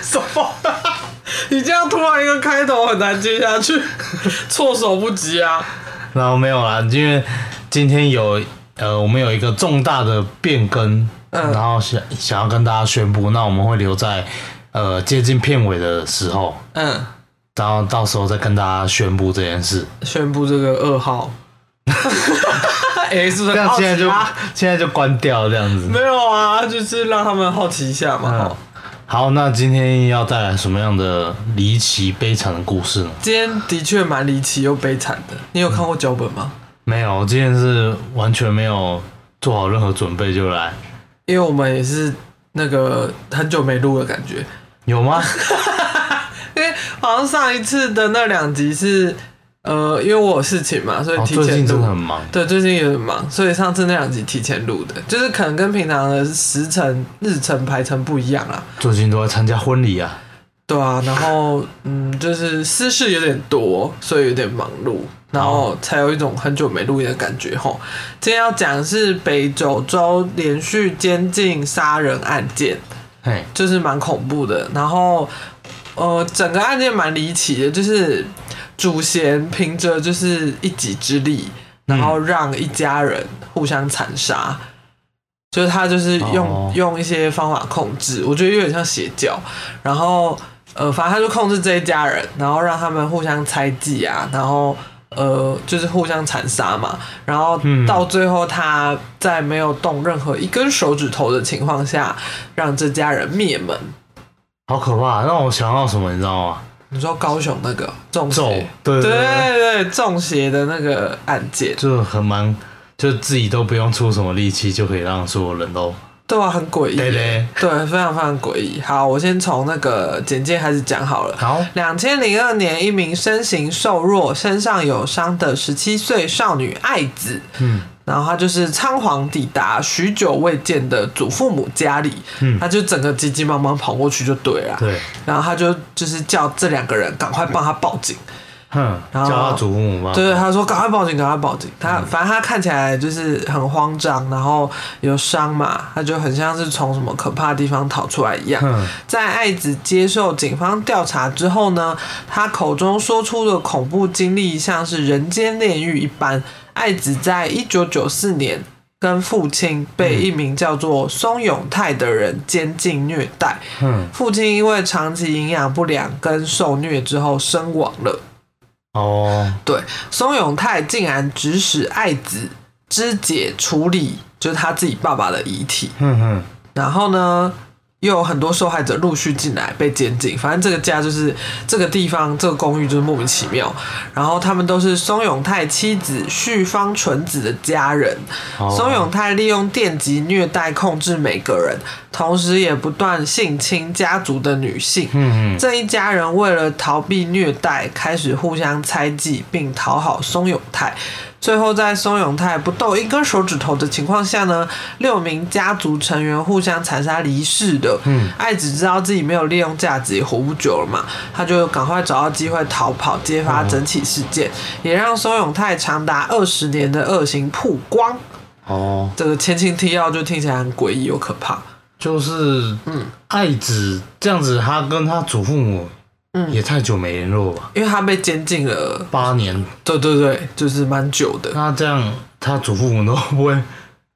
什么？ 你这样突然一个开头很难接下 去，措手不及啊！ 然后没有啦，因为今天有呃，我们有一个重大的变更，嗯然后想想要跟大家宣布，那我们会留在呃接近片尾的时候，嗯，然后到时候再跟大家宣布这件事。宣布这个噩 耗。哎、是不这是很样好现在奇就啊？现在就关掉这样子。没有啊，就是让他们好奇一下嘛。嗯哦，好，那今天要带来什么样的离奇悲惨的故事呢？今天的确蛮离奇又悲惨的。你有看过脚本吗？没有，我今天是完全没有做好任何准备就来，因为我们也是那个很久没录的感觉，有 吗？因为好像上一次的那两集是，呃，因为我有事情嘛，所以哦提前录。最近真的很忙。对，最近有点忙，所以上次那两集提前录的，就是可能跟平常的时辰、日程排程不一样啦。啊最近都在参加婚礼啊。对啊，然后嗯，就是私事有点多，所以有点忙碌，然后才有一种很久没录音的感觉吼。今天要讲的是北九州连续监禁杀人案件，嘿，就是蛮恐怖的。然后，呃，整个案件蛮离奇的，就是主嫌凭着就是一己之力，然后让一家人互相残杀。就是他就是用、哦用一些方法控制，我觉得有点像邪教。然后，呃，反正他就控制这一家人，然后让他们互相猜忌啊，然后。呃，就是互相残杀嘛，然后嗯到最后，他在没有动任何一根手指头的情况下，让这家人灭门。好可怕！让我想到什么，你知道吗？你说高雄那个中咒邪，，对对对对，对对，中邪的那个案件，就很蛮，就自己都不用出什么力气，就可以让所有人都对啊，很诡异，对对。对，非常非常诡异。好，我先从那个简介开始讲好了。好，两千零二年，一名身形瘦弱、身上有伤的十七岁少女爱子，嗯，然后她就是仓皇抵达许久未见的祖父母家里，嗯她就整个急急忙忙跑过去就对了，啊对，然后她就就是叫这两个人赶快帮她报警，哼，然叫后他祖父母吧。对，啊他说赶快报警，赶快报警。他反正他看起来就是很慌张，然后有伤嘛，他就很像是从什么可怕的地方逃出来一样。哼，在爱子接受警方调查之后呢，他口中说出的恐怖经历像是人间炼狱一般。爱子在一九九四年跟父亲被一名叫做松永泰的人监禁虐待，哼，父亲因为长期营养不良跟受虐之后身亡了。哦，对，松永泰竟然指使爱子肢解处理，就是他自己爸爸的遗体。哼哼，然后呢，又有很多受害者陆续进来被监禁。反正这个家就是这个地方，这个公寓就是莫名其妙。然后他们都是松永泰妻子旭方纯子的家人。哦松永泰利用电击虐待控制每个人，同时也不断性侵家族的女性。嗯这一家人为了逃避虐待，开始互相猜忌并讨好松永泰。最后，在松永泰不动一根手指头的情况下呢，六名家族成员互相残杀离世的。嗯，爱子知道自己没有利用价值，也活不久了嘛，他就赶快找到机会逃跑，揭发整起事件，也让松永泰长达二十年的恶行曝光。哼，哦，这个前情提要就听起来很诡异又可怕。就是，嗯，爱子这样子，他跟他祖父母，嗯也太久没联络吧，因为他被监禁了，八年，对对对，就是蛮久的。那这样他祖父母都 不会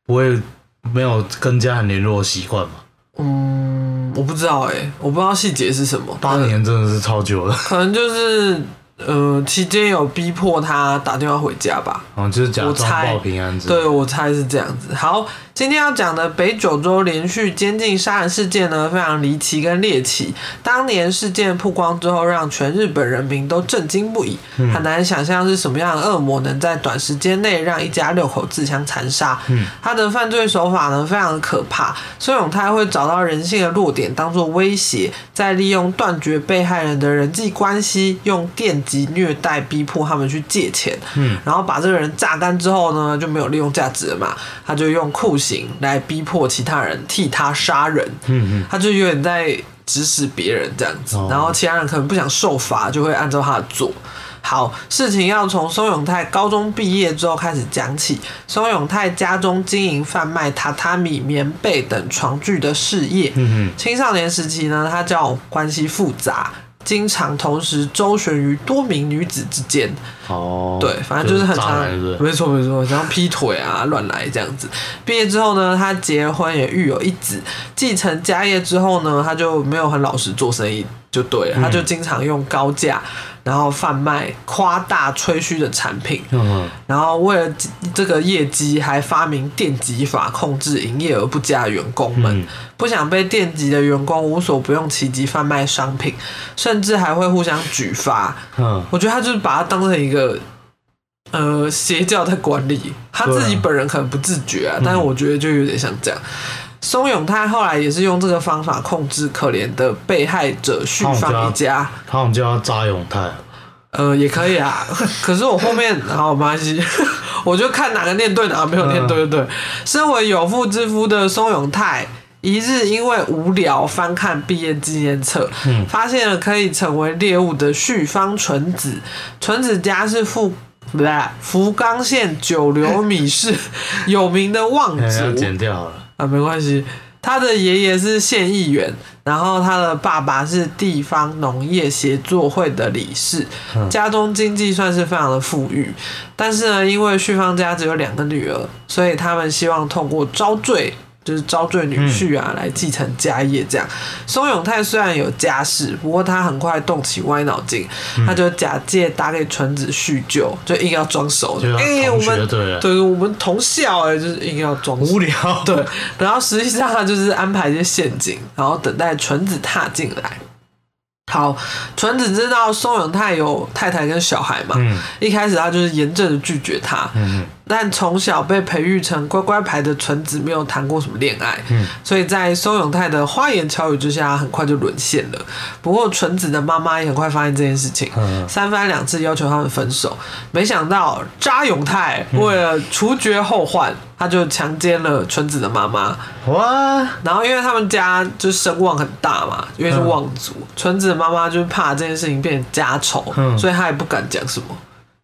不会没有跟家人联络的习惯嘛？欸嗯，我不知道哎、我不知道细节是什么。八年真的是超久了，可能就是呃，期间有逼迫他打电话回家吧。然后就是假我装猜报平安之类的对，我猜是这样子。好，今天要讲的北九州连续监禁杀人事件呢，非常离奇跟猎奇。当年事件曝光之后，让全日本人民都震惊不已，嗯很难想象是什么样的恶魔能在短时间内让一家六口自相残杀。嗯他的犯罪手法呢，非常的可怕。孙永泰会找到人性的弱点当做威胁，再利用断绝被害人的人际关系，用电击、虐待、逼迫他们去借钱。嗯然后把这个人榨干之后呢，就没有利用价值了嘛，他就用酷刑来逼迫其他人替他杀人，嗯嗯，他就有点在指使别人这样子哦，然后其他人可能不想受罚，就会按照他的做。好，事情要从松永泰高中毕业之后开始讲起。松永泰家中经营贩卖榻榻米、棉被等床具的事业。嗯青少年时期呢，他交往关系复杂，经常同时周旋于多名女子之间。哦，对，反正就是很渣常男，对不对？没错没错，然后劈腿啊， 乱来这样子。毕业之后呢，他结婚也育有一子，继承家业之后呢，他就没有很老实做生意，就对了，他嗯就经常用高价，然后贩卖夸大吹嘘的产品，嗯嗯，然后为了这个业绩，还发明电击法控制营业额不佳的员工们。嗯不想被电击的员工无所不用其极贩卖商品，甚至还会互相举发。嗯，我觉得他就是把它当成一个呃邪教在管理，他自啊己本人可能不自觉嗯啊，但是我觉得就有点像这样。松永泰后来也是用这个方法控制可怜的被害者旭那芳我一觉家，他好像叫他渣永泰，呃，也可以啊。 可是我后 面，好，没关系， 我就看哪个念对，啊哪个没有念对，对嗯对。身为有妇之夫的松永泰，一日因为无聊翻看毕业纪念册，嗯发现了可以成为猎物的旭方纯子。纯子家是富。不对，福冈县九流米 市有名的望哎要族，剪掉好了，啊，没关系。他的爷爷是县议员，然后他的爸爸是地方农业协作会的理事，嗯家中经济算是非常的富裕。但是呢，因为旭芳家只有两个女儿，所以他们希望透过招赘，就是招赘女嗯婿啊，来继承家业。这样，松永泰虽然有家室，不过他很快动起歪脑筋，嗯他就假借打给纯子叙旧，就硬要装熟就，是他哎、同我学们对了对，我们同校哎、就是硬要装熟无聊，对，然后实际上他就是安排一些陷阱，然后等待纯子踏进来。好，纯子知道松永泰有太太跟小孩嘛，嗯一开始他就是严正的拒绝他，嗯但从小被培育成乖乖牌的纯子没有谈过什么恋爱，嗯所以在松永泰的花言巧语之下，很快就沦陷了。不过纯子的妈妈也很快发现这件事情，嗯三番两次要求他们分手。没想到扎永泰为了除绝后患，他就强奸了纯子的妈妈。嗯，哇，然后因为他们家就是声望很大嘛，因为是望族，纯、子的妈妈就是怕这件事情变成家丑，嗯所以她也不敢讲什么，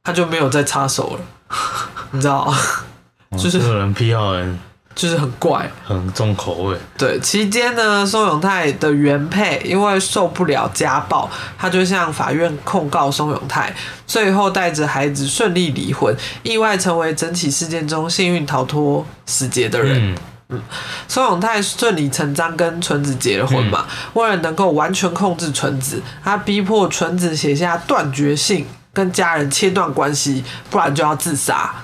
她就没有再插手了，你 知道，就是这个人癖好人就是很怪。很重口味，对，期间呢，宋永泰的原配因为受不了家暴，他就向法院控告宋永泰，最后带着孩子顺利离婚，意外成为整起事件中幸运逃脱死结的人。嗯松永泰顺理成章跟纯子结了婚嘛，为了能够完全控制纯子，他逼迫纯子写下断绝信，跟家人切断关系，不然就要自杀。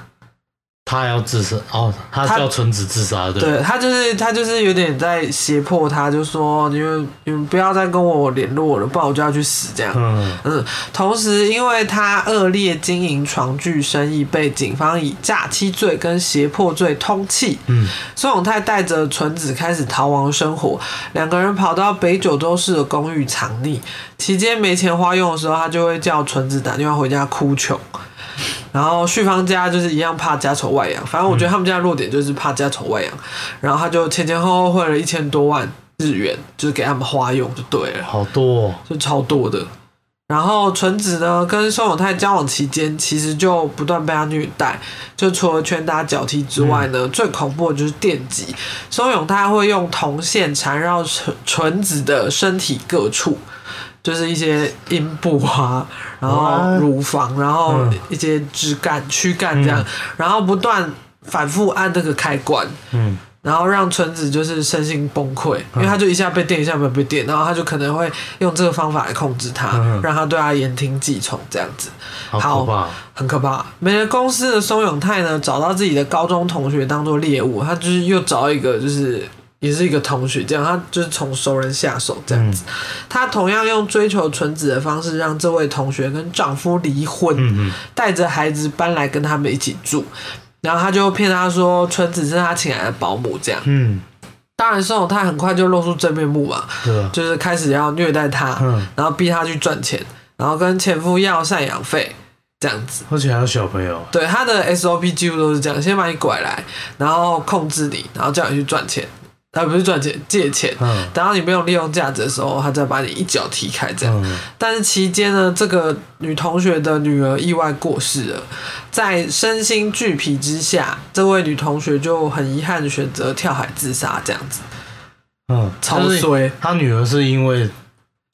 他要自杀哦，他他叫纯子自杀，对，对他就是他就是有点在胁迫他，就说你们你们不要再跟我联络了，不然我就要去死这样。嗯，嗯，同时，因为他恶劣经营床具生意，被警方以诈欺罪跟胁迫罪通缉。嗯，宋永泰带着纯子开始逃亡生活，两个人跑到北九州市的公寓藏匿。期间没钱花用的时候，他就会叫纯子打电话回家哭穷。然后旭芳家就是一样怕家丑外扬，反正我觉得他们家的弱点就是怕家丑外扬。然后他就前前后后汇了一千多万日元，就是给他们花用就对了。好多哦，就超多的。然后纯子呢，跟宋永泰交往期间，其实就不断被他虐待，就除了拳打脚踢之外呢，最恐怖的就是电击。宋永泰会用铜线缠绕纯纯子的身体各处，就是一些阴部啊，然后哇乳房，然后嗯一些枝干、躯干这样，然后不断反复按这个开关，嗯，然后让纯子就是身心崩溃，因为他就一下被电，一下没有被电，然后他就可能会用这个方法来控制他，嗯让他对他言听计从这样子。好可怕。很可怕。美人公司的松永泰呢，找到自己的高中同学当做猎物，他就是又找一个就是。也是一个同学，这样他就是从熟人下手这样嗯子。他同样用追求纯子的方式，让这位同学跟丈夫离嗯婚嗯，带着孩子搬来跟他们一起住。然后他就骗他说，纯子是他请来的保姆这样。嗯，当然，松永泰很快就露出真面目嘛，对啊，就是开始要虐待他，嗯然后逼他去赚钱，然后跟前夫要赡养费这样子。而且还有小朋友，对，他的 SOP 几乎都是这样，先把你拐来，然后控制你，然后叫你去赚钱，啊，不是赚钱，借钱。嗯等到你没有利用价值的时候，他再把你一脚踢开，这样。嗯，但是期间呢，这个女同学的女儿意外过世了，在身心俱疲之下，这位女同学就很遗憾地选择跳海自杀，这样子嗯，超但是衰。他女儿是因为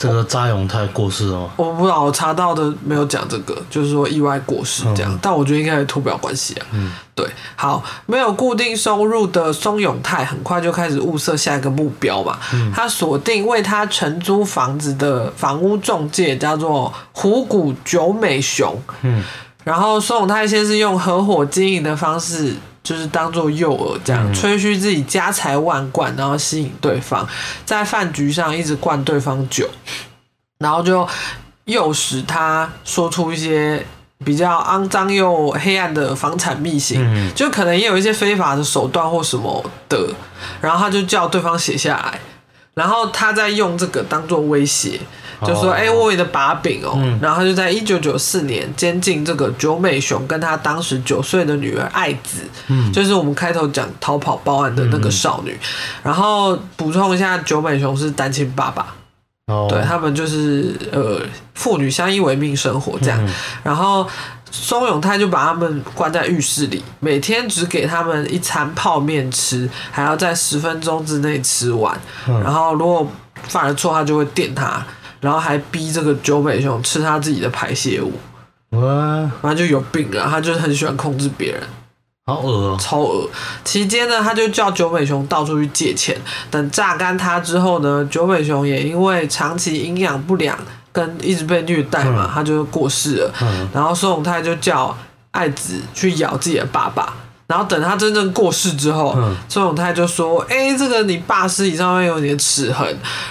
这个扎永泰过世哦了吗？我不知道，我查到的没有讲这个，就是说意外过世这样，嗯但我觉得应该也脱不了关系啊。嗯，对，好，没有固定收入的松永泰很快就开始物色下一个目标嘛。嗯他锁定为他承租房子的房屋中介叫做虎谷久美雄，嗯，然后松永泰先是用合伙经营的方式，就是当做诱饵这嗯样、吹嘘自己家财万贯，然后吸引对方，在饭局上一直灌对方酒，然后就诱使他说出一些比较肮脏又黑暗的房产秘辛，嗯就可能也有一些非法的手段或什么的，然后他就叫对方写下来，然后他再用这个当做威胁，就说：“哦哎、我有你的把柄哦。嗯然后他就在一九九四年监禁这个久美雄跟他当时九岁的女儿爱子，嗯就是我们开头讲逃跑报案的那个少女。然后补充一下，久美雄是单亲爸爸，哦，对他们就是呃父女相依为命生活这样。然嗯后松永泰就把他们关在浴室里，每天只给他们一餐泡面吃，还要在十分钟之内吃完。嗯然后如果犯了错，他就会电他。然后还逼这个久美雄吃他自己的排泄物，哇，反正就有病了。他就是很喜欢控制别人，好恶哦，超额。期间呢，他就叫久美雄到处去借钱。等榨干他之后呢，久美雄也因为长期营养不良跟一直被虐待嘛，嗯他就过世了。嗯然后宋永泰就叫爱子去咬自己的爸爸。然后等他真正过世之后，嗯宋永泰就说：“哎、这个你爸尸体上面有你的齿痕，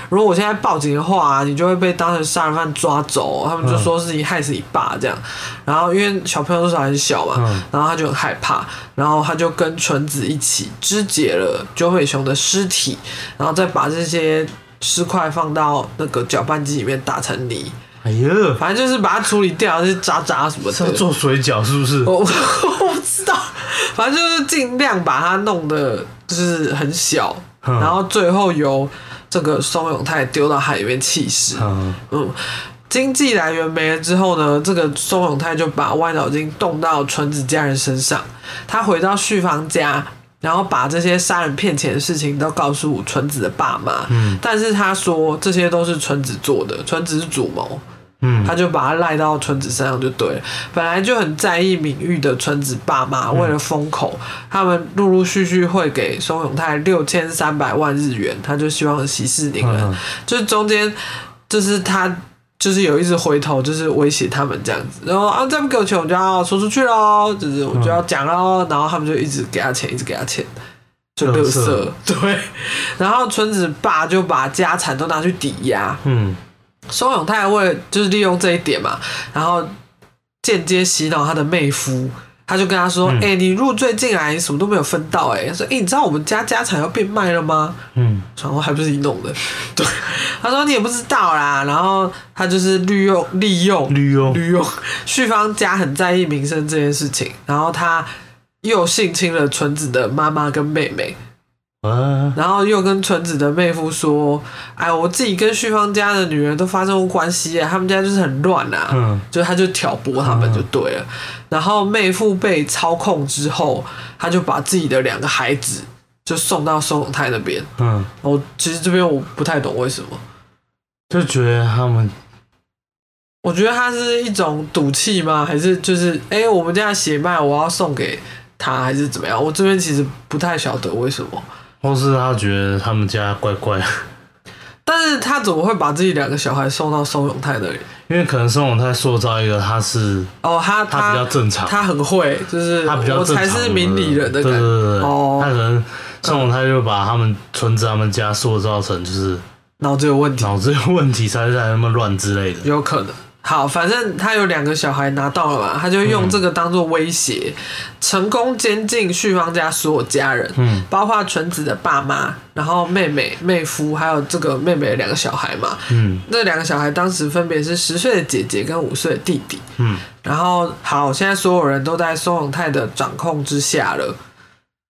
如果我现在报警的话、你就会被当成杀人犯抓走。”哦嗯他们就说是你害死你爸这样。然后因为小朋友那时候还很小嘛，嗯然后他就很害怕，然后他就跟纯子一起肢解了九尾熊的尸体，然后再把这些尸块放到那个搅拌机里面打成泥。哎呀，反正就是把它处理掉，就是渣渣什么是要的。做水饺是不是？ 我我不知道，反正就是尽量把它弄得就是很小，嗯然后最后由这个松永泰丢到海里面弃尸。嗯，嗯，经济来源没了之后呢，这个松永泰就把歪脑筋动到纯子家人身上。他回到旭芳家，然后把这些杀人骗钱的事情都告诉纯子的爸妈。嗯但是他说这些都是纯子做的，纯子是主谋。嗯他就把他赖到纯子身上就对了。本来就很在意名誉的纯子爸妈，嗯为了封口，他们陆陆续续会给松永泰六千三百万日元，他就希望息事宁人。嗯嗯就是中间，就是他。就是有一直回头，就是威胁他们这样子，然后啊再不给我钱，我就要说出去喽，就是我就要讲喽，然后他们就一直给他钱，一直给他钱，就垃乐圾色 对，然后纯子爸就把家产都拿去抵押，嗯，松永泰为了就是利用这一点嘛，然后间接洗脑他的妹夫，他就跟他说：“哎、嗯你入赘进来，你什么都没有分到、欸。”哎，他说：“哎、你知道我们家家产要变卖了吗？”嗯，然后还不是你弄的， 对，他说你也不知道啦。然后他就是利用利用绿哦，利用旭芳家很在意名声这件事情，然后他又性侵了纯子的妈妈跟妹妹，啊，然后又跟纯子的妹夫说：“哎，我自己跟旭芳家的女人都发生过关系啊，他们家就是很乱啊。嗯就他就挑拨他们就对了。然后妹夫被操控之后，他就把自己的两个孩子就送到松永泰那边。嗯，我其实这边我不太懂为什么，就觉得他们我觉得他是一种赌气吗？还是就是哎、我们家的血脉我要送给他，还是怎么样？我这边其实不太晓得为什么。或是他觉得他们家怪怪，但是他怎么会把自己两个小孩送到收容泰那里？因为可能宋永泰塑造一个他是哦，他他比较正常，他很会，就是他比较我正常才的是明理人的感对对觉。对对，哦他可能宋永泰就把他们村子、他们家塑造成就是脑子有问题，脑子有问题才在那么乱之类的。有可能。好，反正他有两个小孩拿到了嘛，他就嗯用这个当做威胁，成功监禁旭芳家所有家人，嗯，包括纯子的爸妈，然后妹妹、妹夫，还有这个妹妹的两个小孩嘛。嗯那两个小孩当时分别是十岁的姐姐跟五岁的弟弟。嗯，然后好，现在所有人都在松永泰的掌控之下了。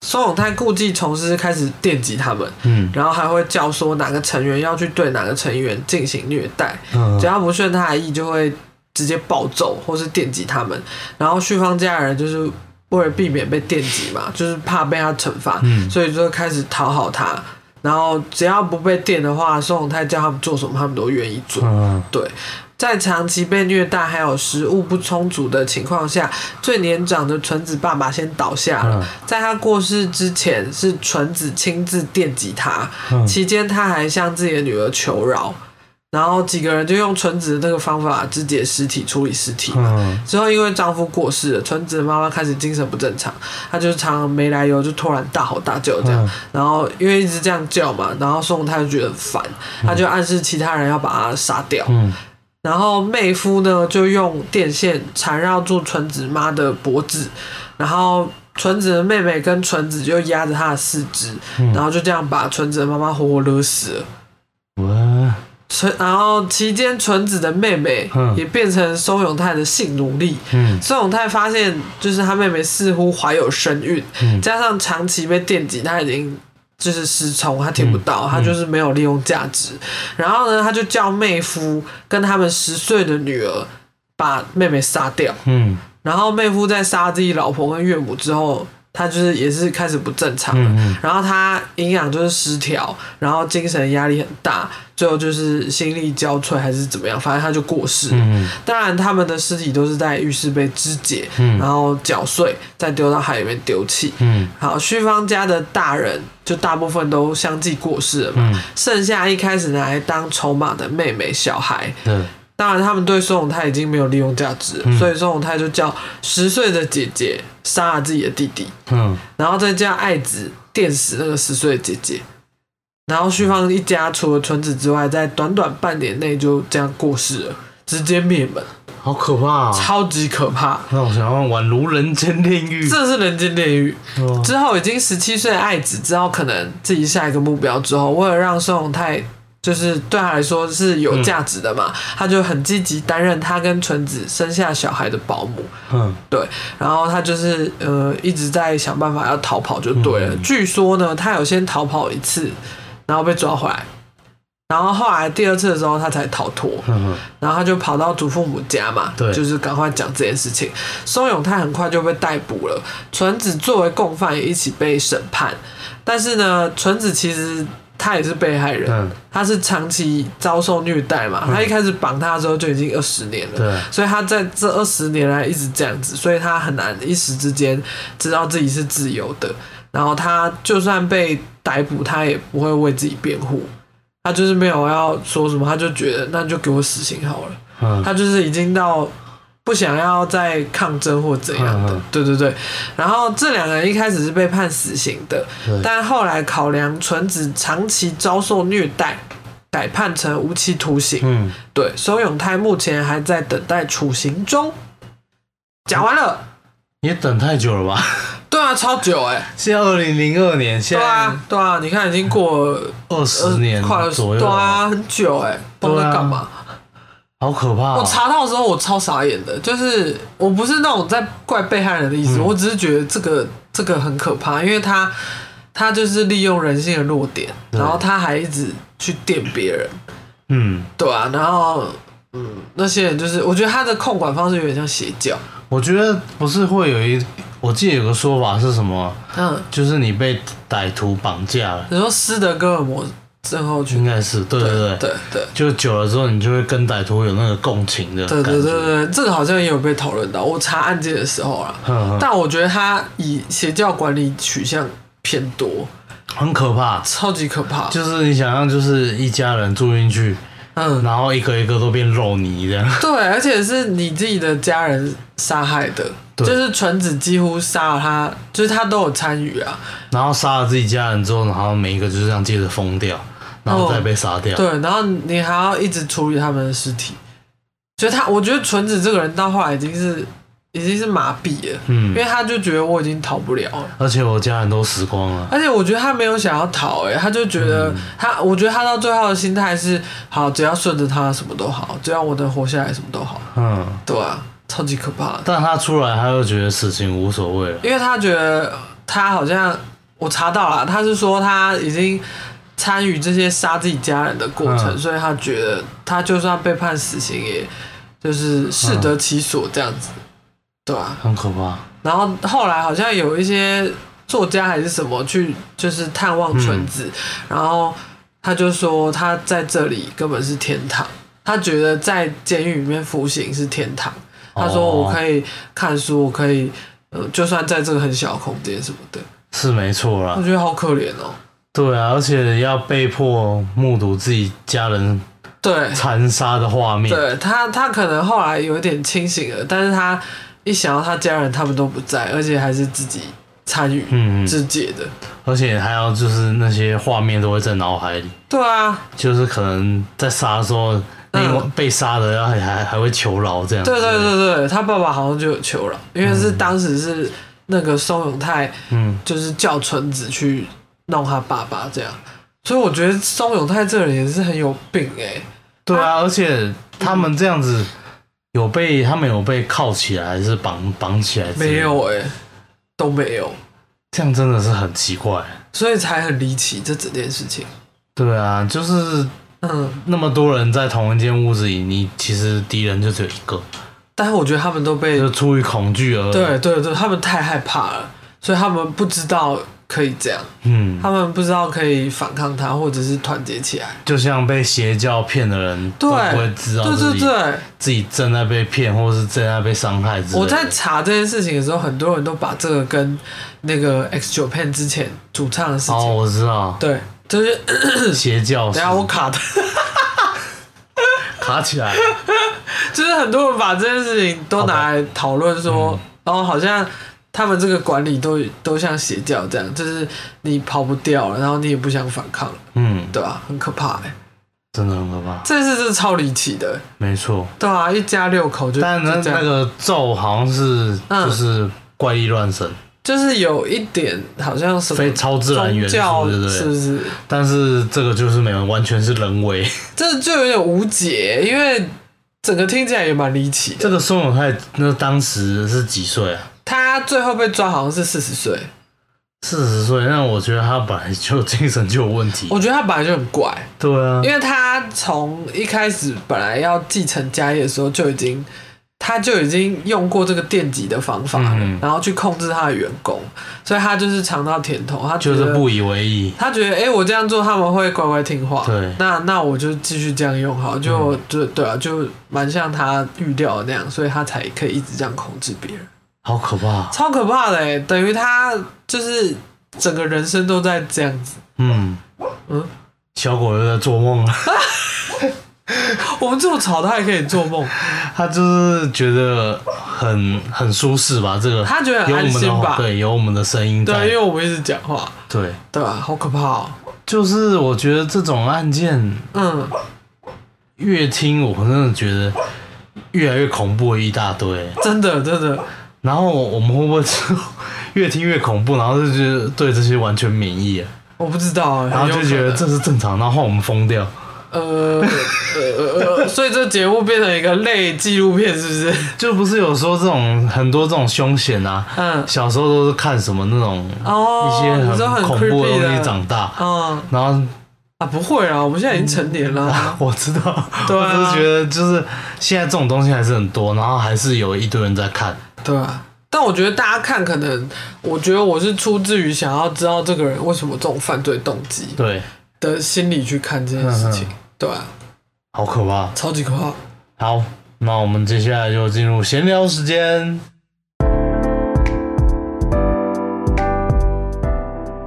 松永泰故技重施，开始电击他们，嗯然后还会教唆哪个成员要去对哪个成员进行虐待，嗯只要不顺他的意，就会直接暴揍或是电击他们。然后旭方家人就是为了避免被电击嘛，就是怕被他惩罚，嗯所以就开始讨好他。然后只要不被电的话，松永泰叫他们做什么，他们都愿意做。嗯对，在长期被虐待还有食物不充足的情况下，最年长的纯子爸爸先倒下了。嗯在他过世之前，是纯子亲自电击他，嗯期间他还向自己的女儿求饶。然后几个人就用纯子的那个方法肢解尸体、处理尸体。嗯之后，因为丈夫过世了，纯子的妈妈开始精神不正常，她就是常常没来由就突然大吼大叫这样。嗯然后因为一直这样叫嘛，然后宋太就觉得很烦，他就暗示其他人要把他杀掉。嗯然后妹夫呢就用电线缠绕住纯子妈的脖子，然后纯子的妹妹跟纯子就压着她的四肢，然后就这样把纯子的妈妈活活勒死了。我纯，然后期间纯子的妹妹嗯也变成松永泰的性奴隶。嗯宋永泰发现，就是他妹妹似乎怀有身孕，嗯加上长期被电击，他已经就是失聪，他听不到，嗯他就是没有利用价值。然后呢，他就叫妹夫跟他们十岁的女儿把妹妹杀掉。嗯然后妹夫在杀自己老婆跟岳母之后，他就是也是开始不正常了。嗯然后他营养就是失调，然后精神压力很大，最后就是心力交瘁还是怎么样，反正他就过世了。嗯当然，他们的尸体都是在浴室被肢解，嗯然后绞碎，再丢到海里面丢弃。嗯好，旭芳家的大人就大部分都相继过世了嘛，嗯，剩下一开始拿来当筹码的妹妹、小孩，对，当然他们对宋永泰已经没有利用价值了，嗯所以宋永泰就叫十岁的姐姐杀了自己的弟弟，嗯然后再叫爱子电死那个十岁的姐姐。然后旭芳一家除了纯子之外，在短短半年内就这样过世了，直接灭门。好可怕、啊！超级可怕，那我想要宛如人间炼狱。这是人间炼狱。哇之后已经十七岁的爱子，知道可能自己下一个目标之后，为了让宋永泰就是对他来说是有价值的嘛，他就很积极担任他跟纯子生下小孩的保姆。嗯对，然后他就是呃一直在想办法要逃跑就对了。据说呢，他有先逃跑一次，然后被抓回来，然后后来第二次的时候他才逃脱。嗯然后他就跑到祖父母家嘛，对就是赶快讲这件事情。松永泰很快就被逮捕了，纯子作为共犯也一起被审判。但是呢，纯子其实他也是被害人，嗯他是长期遭受虐待嘛，他一开始绑他的时候就已经二十年了，对所以他在这二十年来一直这样子，所以他很难一时之间知道自己是自由的。然后他就算被逮捕，他也不会为自己辩护，他就是没有要说什么，他就觉得那就给我死刑好了。嗯他就是已经到不想要再抗争或怎样的，嗯嗯对对对。然后这两个人一开始是被判死刑的对，但后来考量纯子长期遭受虐待，改判成无期徒刑。嗯，对，松永泰目前还在等待处刑中。讲完了，也等太久了吧？对啊，超久哎、现在二零零二年，欸现对在啊，对啊，你看已经过了二十年快了，左右，对啊，很久哎、不知道在干嘛。好可怕、我查到的时候，我超傻眼的，就是我不是那种在怪被害人的意嗯思，我只是觉得这个这个很可怕，因为他他就是利用人性的弱点，然后他还一直去电别人，嗯，对啊，然后嗯，那些人就是我觉得他的控管方式有点像邪教，我觉得不是会有一，我记得有个说法是什么，嗯，就是你被歹徒绑架了，你说斯德哥尔摩症候应群，该是对对对，对对就久了之后，你就会跟歹徒有那个共情的对感觉。对对对，这个好像也有被讨论到，我查案件的时候啊，嗯嗯但我觉得他以邪教管理取向偏多。很可怕。超级可怕。就是你想象，就是一家人住进去，嗯，然后一个一个都变肉泥这样。对，而且是你自己的家人杀害的，对就是纯子几乎杀了他，就是他都有参与啊。然后杀了自己家人之后，然后每一个就是这样接着疯掉，然后再被杀掉。对，然后你还要一直处理他们的尸体，所以他我觉得纯子这个人到后来已经是已经是麻痹了，嗯，因为他就觉得我已经逃不了了。而且我家人都死光了。而且我觉得他没有想要逃、欸，他就觉得他，我觉得他到最后的心态是，好，只要顺着他什么都好，只要我能活下来什么都好，嗯，对啊，超级可怕的，但他出来，他又觉得死刑无所谓了。啊因为他觉得他好像我查到了，他是说他已经参与这些杀自己家人的过程，嗯所以他觉得他就算被判死刑，也就是适得其所这样子，对啊，很可怕。然后后来好像有一些作家还是什么去就是探望纯子，然后他就说他在这里根本是天堂，他觉得在监狱里面服刑是天堂。他说哦我可以看书，我可以呃，就算在这个很小的空间什么的，是没错我啦，觉得好可怜哦。对啊，而且要被迫目睹自己家人对，残杀的画面，对他，他可能后来有一点清醒了，但是他一想到他家人他们都不在，而且还是自己参与嗯嗯肢解的，而且还有就是那些画面都会在脑海里，对啊，就是可能在杀的时候，另外被杀的然后还还还会求饶这样子，嗯对对对对，他爸爸好像就有求饶，因为是当时是那个松永泰，嗯，就是叫纯子去弄他爸爸这样，所以我觉得松永泰这个人也是很有病哎、对啊，而且他们这样子有被他们有被铐起来还是绑绑起来之类的，没有哎、都没有，这样真的是很奇怪，所以才很离奇这整件事情。对啊，就是嗯，那么多人在同一间屋子里，你其实敌人就只有一个，但是我觉得他们都被就出于恐惧而对对对，他们太害怕了，所以他们不知道可以这样，嗯，他们不知道可以反抗他，或者是团结起来。就像被邪教骗的人，对都不会知道对自己对对，自己正在被骗，或是正在被伤害之类的。我在查这件事情的时候，很多人都把这个跟那个 X Japan 之前主唱的事情，哦，我知道，对，就 是邪教等是一下我卡的，卡起来， 就是很多人把这件事情都拿来讨论嗯说，然后好像他们这个管理都都像邪教这样，就是你跑不掉了，然后你也不想反抗了，嗯，对吧、很可怕哎、欸，真的很可怕，这件事真的超离奇的、没错。对啊，一家六口就但那就这样那个咒好像是嗯就是怪力乱神，就是有一点好像什么非超自然宗元素教对不对是不是？但是这个就是没有，完全是人为。 这就有点无解，因为整个听起来也蛮离奇的。这个宋永泰那当时是几岁啊？他最后被抓好像是四十岁，四十岁，那我觉得他本来就精神就有问题。我觉得他本来就很怪，对啊，因为他从一开始本来要继承家业的时候就已经，他就已经用过这个电击的方法，嗯然后去控制他的员工，所以他就是尝到甜头，他觉就得是不以为意。他觉得，哎、我这样做他们会乖乖听话。对那那我就继续这样用好，就、就对啊，就蛮像他预料的那样，所以他才可以一直这样控制别人，好可怕。超可怕的哎！等于他就是整个人生都在这样子。嗯嗯，小狗又在做 梦了，啊我们这么吵，他还可以做梦，它就是觉得很很舒适吧？这个他觉得很有我安们心的吧？对，有我们的声音对，啊因在为。我们一直讲话，对，对吧、好可怕哦。就是我觉得这种案件嗯，越听，我真的觉得越来越恐怖了一大堆。真的真的，然后我们会不会就 越听越恐怖，然后就觉得对这些完全免疫了，我不知道哎。然后很有就可觉得能这是正常，然后我们疯掉。呃呃呃呃，所以这节目变成一个类纪录片，是不是？就不是有说这种很多这种凶险啊，嗯。小时候都是看什么那种哦，一些你说很恐怖的 creepy 的东西长大，嗯然后啊，不会啊，我们现在已经成年了啊。我知道，对我啊只是觉得就是现在这种东西还是很多，然后还是有一堆人在看，对啊，但我觉得大家看，可能我觉得我是出自于想要知道这个人为什么这种犯罪动机对，的心理去看这件事情嗯。对啊，好可怕。超级可怕。好，那我们接下来就进入闲聊时间。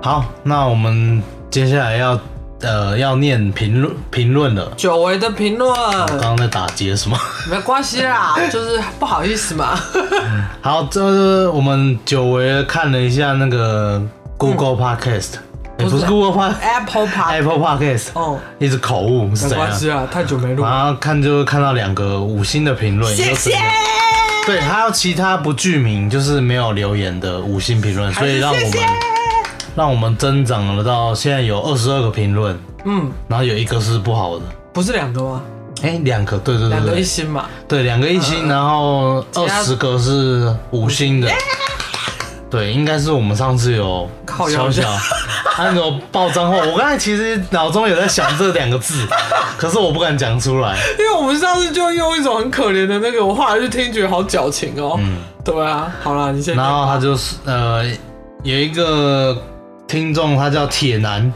好，那我们接下来要呃要念评论评论了。久违的评我刚论，刚在打结什么？ 没关系啦，就是不好意思 嘛。好，这是我们久违地看了一下那个 Google Podcast，、也不嗯不是是 Google Podcast。 Apple Pie， Apple Podcast 哦，一直口误是没怎关样？系啦，太久没录，然后看就看到两个五星的评论，谢也就是谢。对，还有其他不具名，就是没有留言的五星评论，所以让我还们是谢谢让我们增长了到现在有二十二个评论，嗯，然后有一个是不好的，不是两个吗？哎，两个，对对两对个一对，星嘛。对两个一嗯星，然后二十个是五星的，对，应该是我们上次有靠腰小的小。他那种啊爆脏话，我刚才其实脑中有在想这两个字，可是我不敢讲出来。因为我们上次就用一种很可怜的那个，我后来就听觉得好矫情哦。对啊，好啦， 你先然后他就是呃，有一个听众，他叫铁男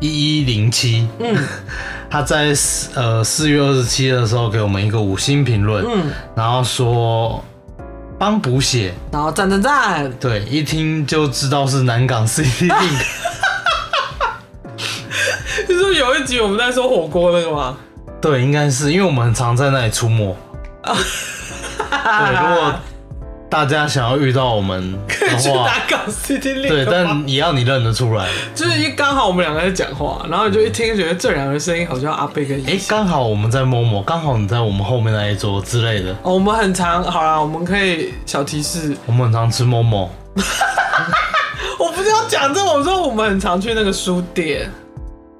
一一零七，嗯， 他在四呃四月二十七的时候给我们一个五星评论，嗯，然后说帮补血，然后赞赞 赞，对，一听就知道是南港 CD 定，就是有一集我们在说火锅那个嘛，对，应该是因为我们很常在那里出没，啊对，如果大家想要遇到我们的 去话，打港 CD 那对，个嘛但也要你认得出来。就是一刚好我们两个在讲话，然后你就一听就觉得这两个声音好像阿贝跟哎一，刚好我们在摸摸，刚好你在我们后面那一桌之类的。哦，我们很长，好啦，我们可以小提示， 我们很常吃摸摸，我不是要讲这个，我说我们很常去那个书店，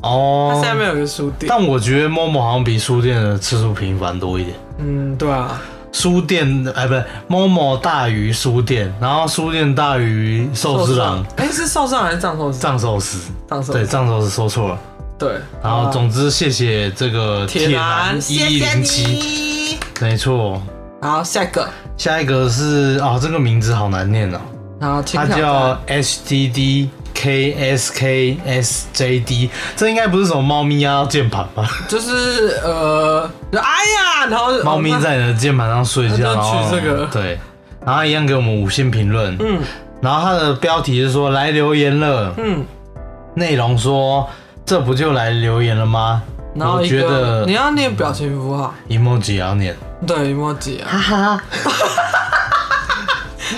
它哦下。面有个书店，但我觉得摸摸好像比书店的次数频繁多一点。嗯，对啊，书店哎，不是摸摸大于书店，然后书店大于寿司郎、哎、是受伤还是藏寿司？藏寿司。藏寿对，司，藏寿司说错了。对，然后总之，谢谢这个铁男男，一一零七，你。没错。好，下一个，下一个是哦，这个名字好难念哦，然后请它挑叫 H D D K S K S J D，这应该不是什么猫咪压到键盘吧？就是呃，就哎呀，然后猫咪哦在你的键盘上睡觉，它就 然后取这个对，然后一样给我们五星评论，嗯然后它的标题是说来留言了，嗯，内容说这不就来留言了吗？然后我一觉个得你要念表情符号， emoji 也要念，对，emoji 啊，哈哈，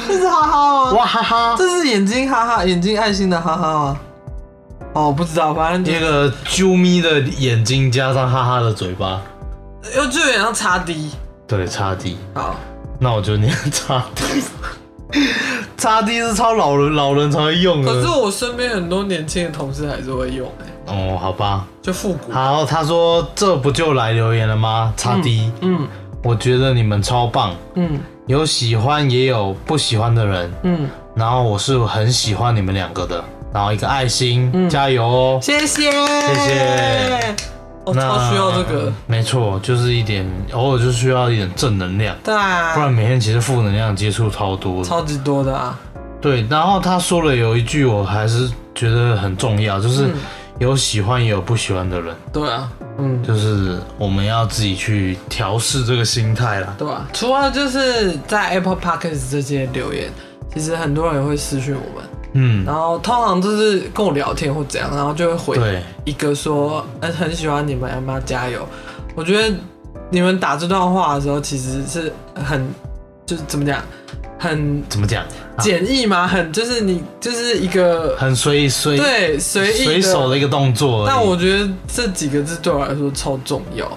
这是哈哈吗？哇哈哈，这是眼睛哈哈，眼睛爱心的哈哈吗？哦，我不知道，反正一就个啾咪的眼睛加上哈哈的嘴巴，又就有点像擦 D。对，差 D，好，那我就念差 D，差 D 是超老人老人才会用可是的，我身边很多年轻的同事还是会用、欸，哦，好吧，就复古。好，他说这不就来留言了吗？差 D。嗯我觉得你们超棒，嗯有喜欢也有不喜欢的人，嗯，然后我是很喜欢你们两个的，然后一个爱心，嗯加油哦！谢谢谢谢，我超需要这个，，没错，就是一点偶尔就需要一点正能量，对啊，不然每天其实负能量接触超多的。超级多的啊。对，然后他说了有一句我还是觉得很重要，就是嗯有喜欢也有不喜欢的人，对啊，嗯，就是我们要自己去调试这个心态啦。对啊。除了就是在 Apple Podcast 这些留言，其实很多人也会私讯我们，嗯，然后通常就是跟我聊天或怎样，然后就会回对，一个说，嗯，很喜欢你们，要不要加油？我觉得你们打这段话的时候，其实是很，就是怎么讲，很怎么讲？啊简易嘛，很就是你就是一个很随随对随意随手的一个动作而已。但我觉得这几个字对我来说超重要。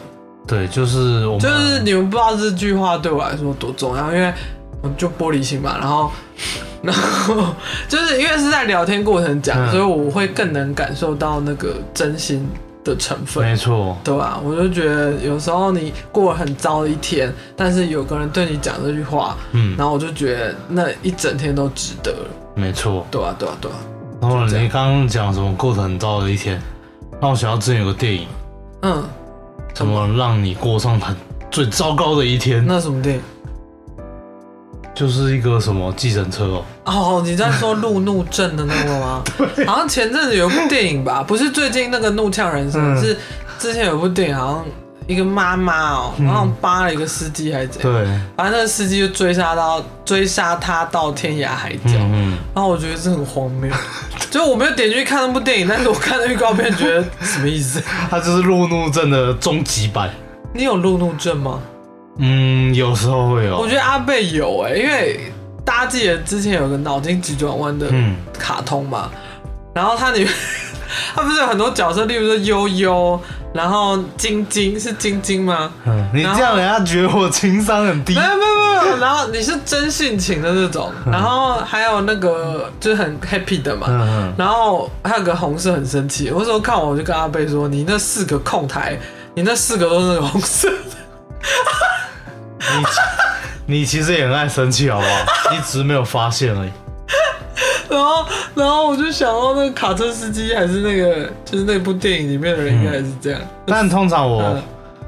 对，就是我们就是你们不知道这句话对我来说多重要，因为我就玻璃心嘛，然后，然后就是因为是在聊天过程讲，嗯所以我会更能感受到那个真心的成分，没错，对吧、我就觉得有时候你过了很糟的一天，但是有个人对你讲这句话，嗯，然后我就觉得那一整天都值得了，没错。对啊？对啊？对啊？然后就这样你刚刚讲什么过得很糟的一天，让我想到之前有个电影，嗯，什么让你过上很最糟糕的一天，那什么电影？就是一个什么计程车哦，哦，你在说路怒症的那 个吗？好像前阵子有一部电影吧，不是最近那个《怒呛人生》，嗯是之前有部电影，好像一个妈妈哦，然后扒了一个司机还是怎样，对，反正那个司机就追杀到追杀他到天涯海角，嗯嗯，然后我觉得这很荒 谬，就我没有点进去看那部电影，但是我看了预告片觉得什么意思？他就是路怒症的终极版。你有路怒症吗？嗯，有时候会有。我觉得阿贝有哎、因为大家记得之前有个脑筋急转弯的嗯卡通嘛，然后它里面 它不是有很多角色，例如说悠悠，然后晶晶是晶晶吗？嗯，你然后这样人家觉得我情商很低没。有没有没有，然后你是真性情的那种，然后还有那个就是很 happy 的嘛，嗯然后还有个红色很生气，我那时候看完我就跟阿贝说：“你那四个控台，你那四个都是那个红色。嗯，你你其实也很爱生气，好不 好？你只是没有发现而已。” 然后，然后我就想到那个卡车司机还是那个，就是那部电影里面的人应该也是这样， 但通常我嗯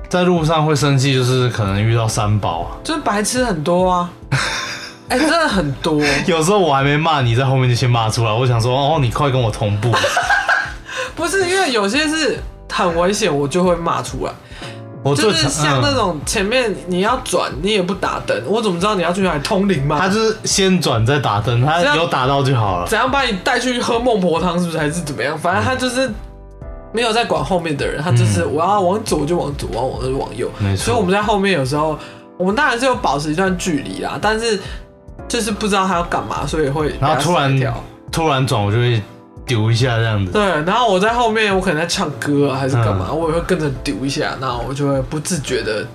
在路上会生气，就是可能遇到三宝 啊，就是白痴很多 啊。哎、真的很多，有时候我还没骂你，在后面就先骂出来。我想说，哦，你快跟我同 步。不是因为有些是很危险，我就会骂出来。我最就是像嗯那种前面你要转，你也不打灯，我怎么知道你要去哪里通灵他嘛？就是先转再打灯，他这样有打到就好了。怎样把你带去喝孟婆汤，是不是还是怎么样？嗯反正他就是没有在管后面的人，他就是我要往左就往左，往往就往右。没错所以我们在后面有时候，我们当然是有保持一段距离啦，但是就是不知道他要干嘛，所以会然后突然被他吓一跳突然转，我就会丢一下这样子。对，啊然后我在后面，我可能在唱歌啊，还是干嘛，嗯我也会跟着丢一下，然后我就会不自觉的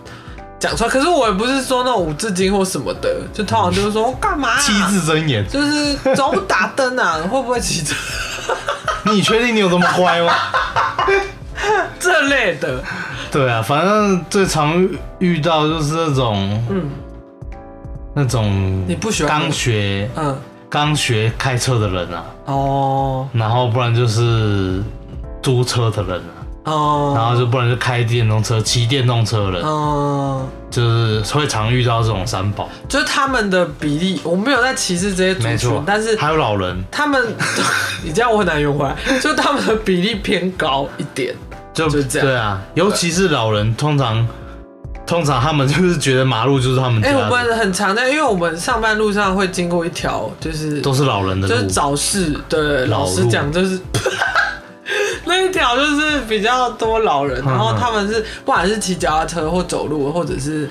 讲出来。可是我也不是说那种五字经或什么的，就通常就是嗯说干嘛啊、七字真言， 就是总不打灯啊，会不会骑车你确定你有这么乖 吗？这类的？对啊，反正最常遇遇到就是那种嗯那种你不喜欢刚学嗯，刚学开车的人啊，哦然后不然就是租车的人啊，哦，然后就不然就开电动车、骑电动车的人，嗯，就是会常遇到这种三宝。就是他们的比例，我没有在歧视这些没族错群，，但是还有老人，他们， 你这样我很难用回来，就他们的比例偏高一点。就就这样对啊，尤其是老人，通常通常他们就是觉得马路就是他们哎、家我的，们很常在，因为我们上班路上会经过一条，就是都是老人的就路是。早市，对，老老路实讲就是 那一条就是比较多老人，嗯然后他们是不管是骑脚踏车或走路，或者是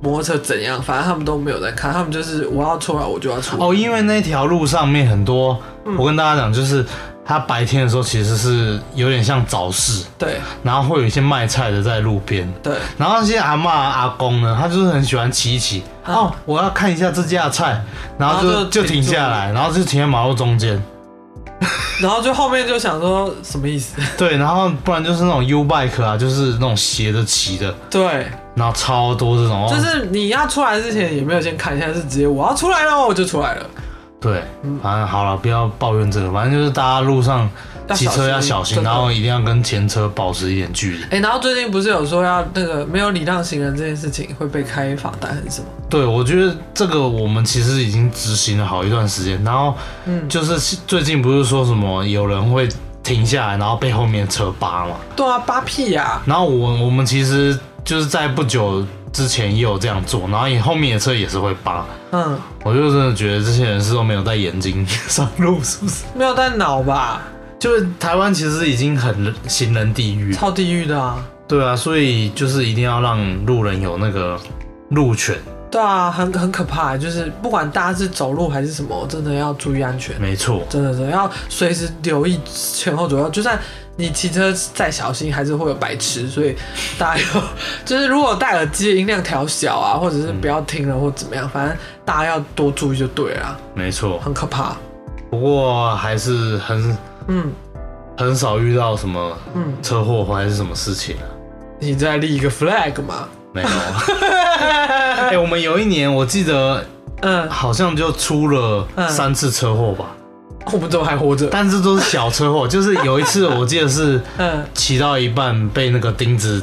摩托车怎样，反正他们都没有在看，他们就是我要出来我就要出来。哦，因为那条路上面很多，嗯我跟大家讲，就是它白天的时候其实是有点像早市，对然后会有一些卖菜的在路边，对，然后那些阿嬷阿公呢，他就是很喜欢骑一骑。嗯哦，我要看一下这家的菜，然后就然后就就停停住下来，然后就停在马路中 间。然后就后面就想说什么意思？ 对，然后不然就是那种 U bike 啊，就是那种斜着骑的，对，然后超多这种。哦就是你要出来之前也没有先看一下，是直接我要出来了我就出来了。对，反正好了，不要抱怨这个，反正就是大家路上要骑车要小心，真的然后一定要跟前车保持一点距离。哎、然后最近不是有说要那个没有礼让行人这件事情会被开罚单还是什么？对，我觉得这个我们其实已经执行了好一段时间，然后嗯就是最近不是说什么有人会停下来，然后被后面的车扒嘛，对啊，扒屁呀、然后我我们其实就是在不久之前也有这样做，然后也后面的车也是会扒，嗯，我就真的觉得这些人是都没有戴眼镜上路，是不是？没有带脑吧？就是台湾其实已经很行人地狱，超地狱的啊！对啊，所以就是一定要让路人有那个路权，对啊，很很可怕，就是不管大家是走路还是什么，真的要注意安全，没错，真的真的要随时留意前后左右。就算你骑车再小心，还是会有白痴，所以大家要 就是如果戴耳机的音量调小啊，或者是不要听了或怎么样，反正大家要多注意就对了啊，没错。很可怕。不过还是很嗯很少遇到什么嗯，车祸还是什么事情啊，你在立一个 flag 嘛？没有。哎、我们有一年我记得嗯，好像就出了嗯三次车祸吧，我们怎么还活着？但是都是小车 祸。就是有一次我记得是嗯，骑到一半被那个钉子